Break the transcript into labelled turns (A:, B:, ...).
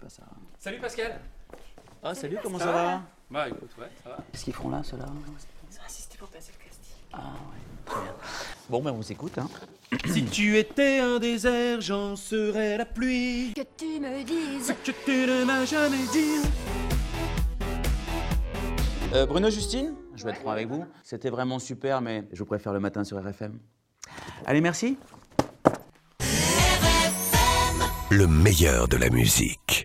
A: pas ça.
B: Salut Pascal
A: Ah, salut, comment ça, va
B: Bah écoute, ouais, ça va.
A: Qu'est-ce qu'ils font là, ceux-là
C: Ils ont insisté pour passer le casting.
A: Bon, ben, on vous écoute. Hein.
B: Si tu étais un désert, j'en serais la pluie.
D: Que tu me dises
B: Que tu ne m'as jamais dit.
A: Euh, Bruno, Justine, je vais être franc avec vous. C'était vraiment super, mais je préfère le matin sur RFM. Allez, merci.
E: Le meilleur de la musique.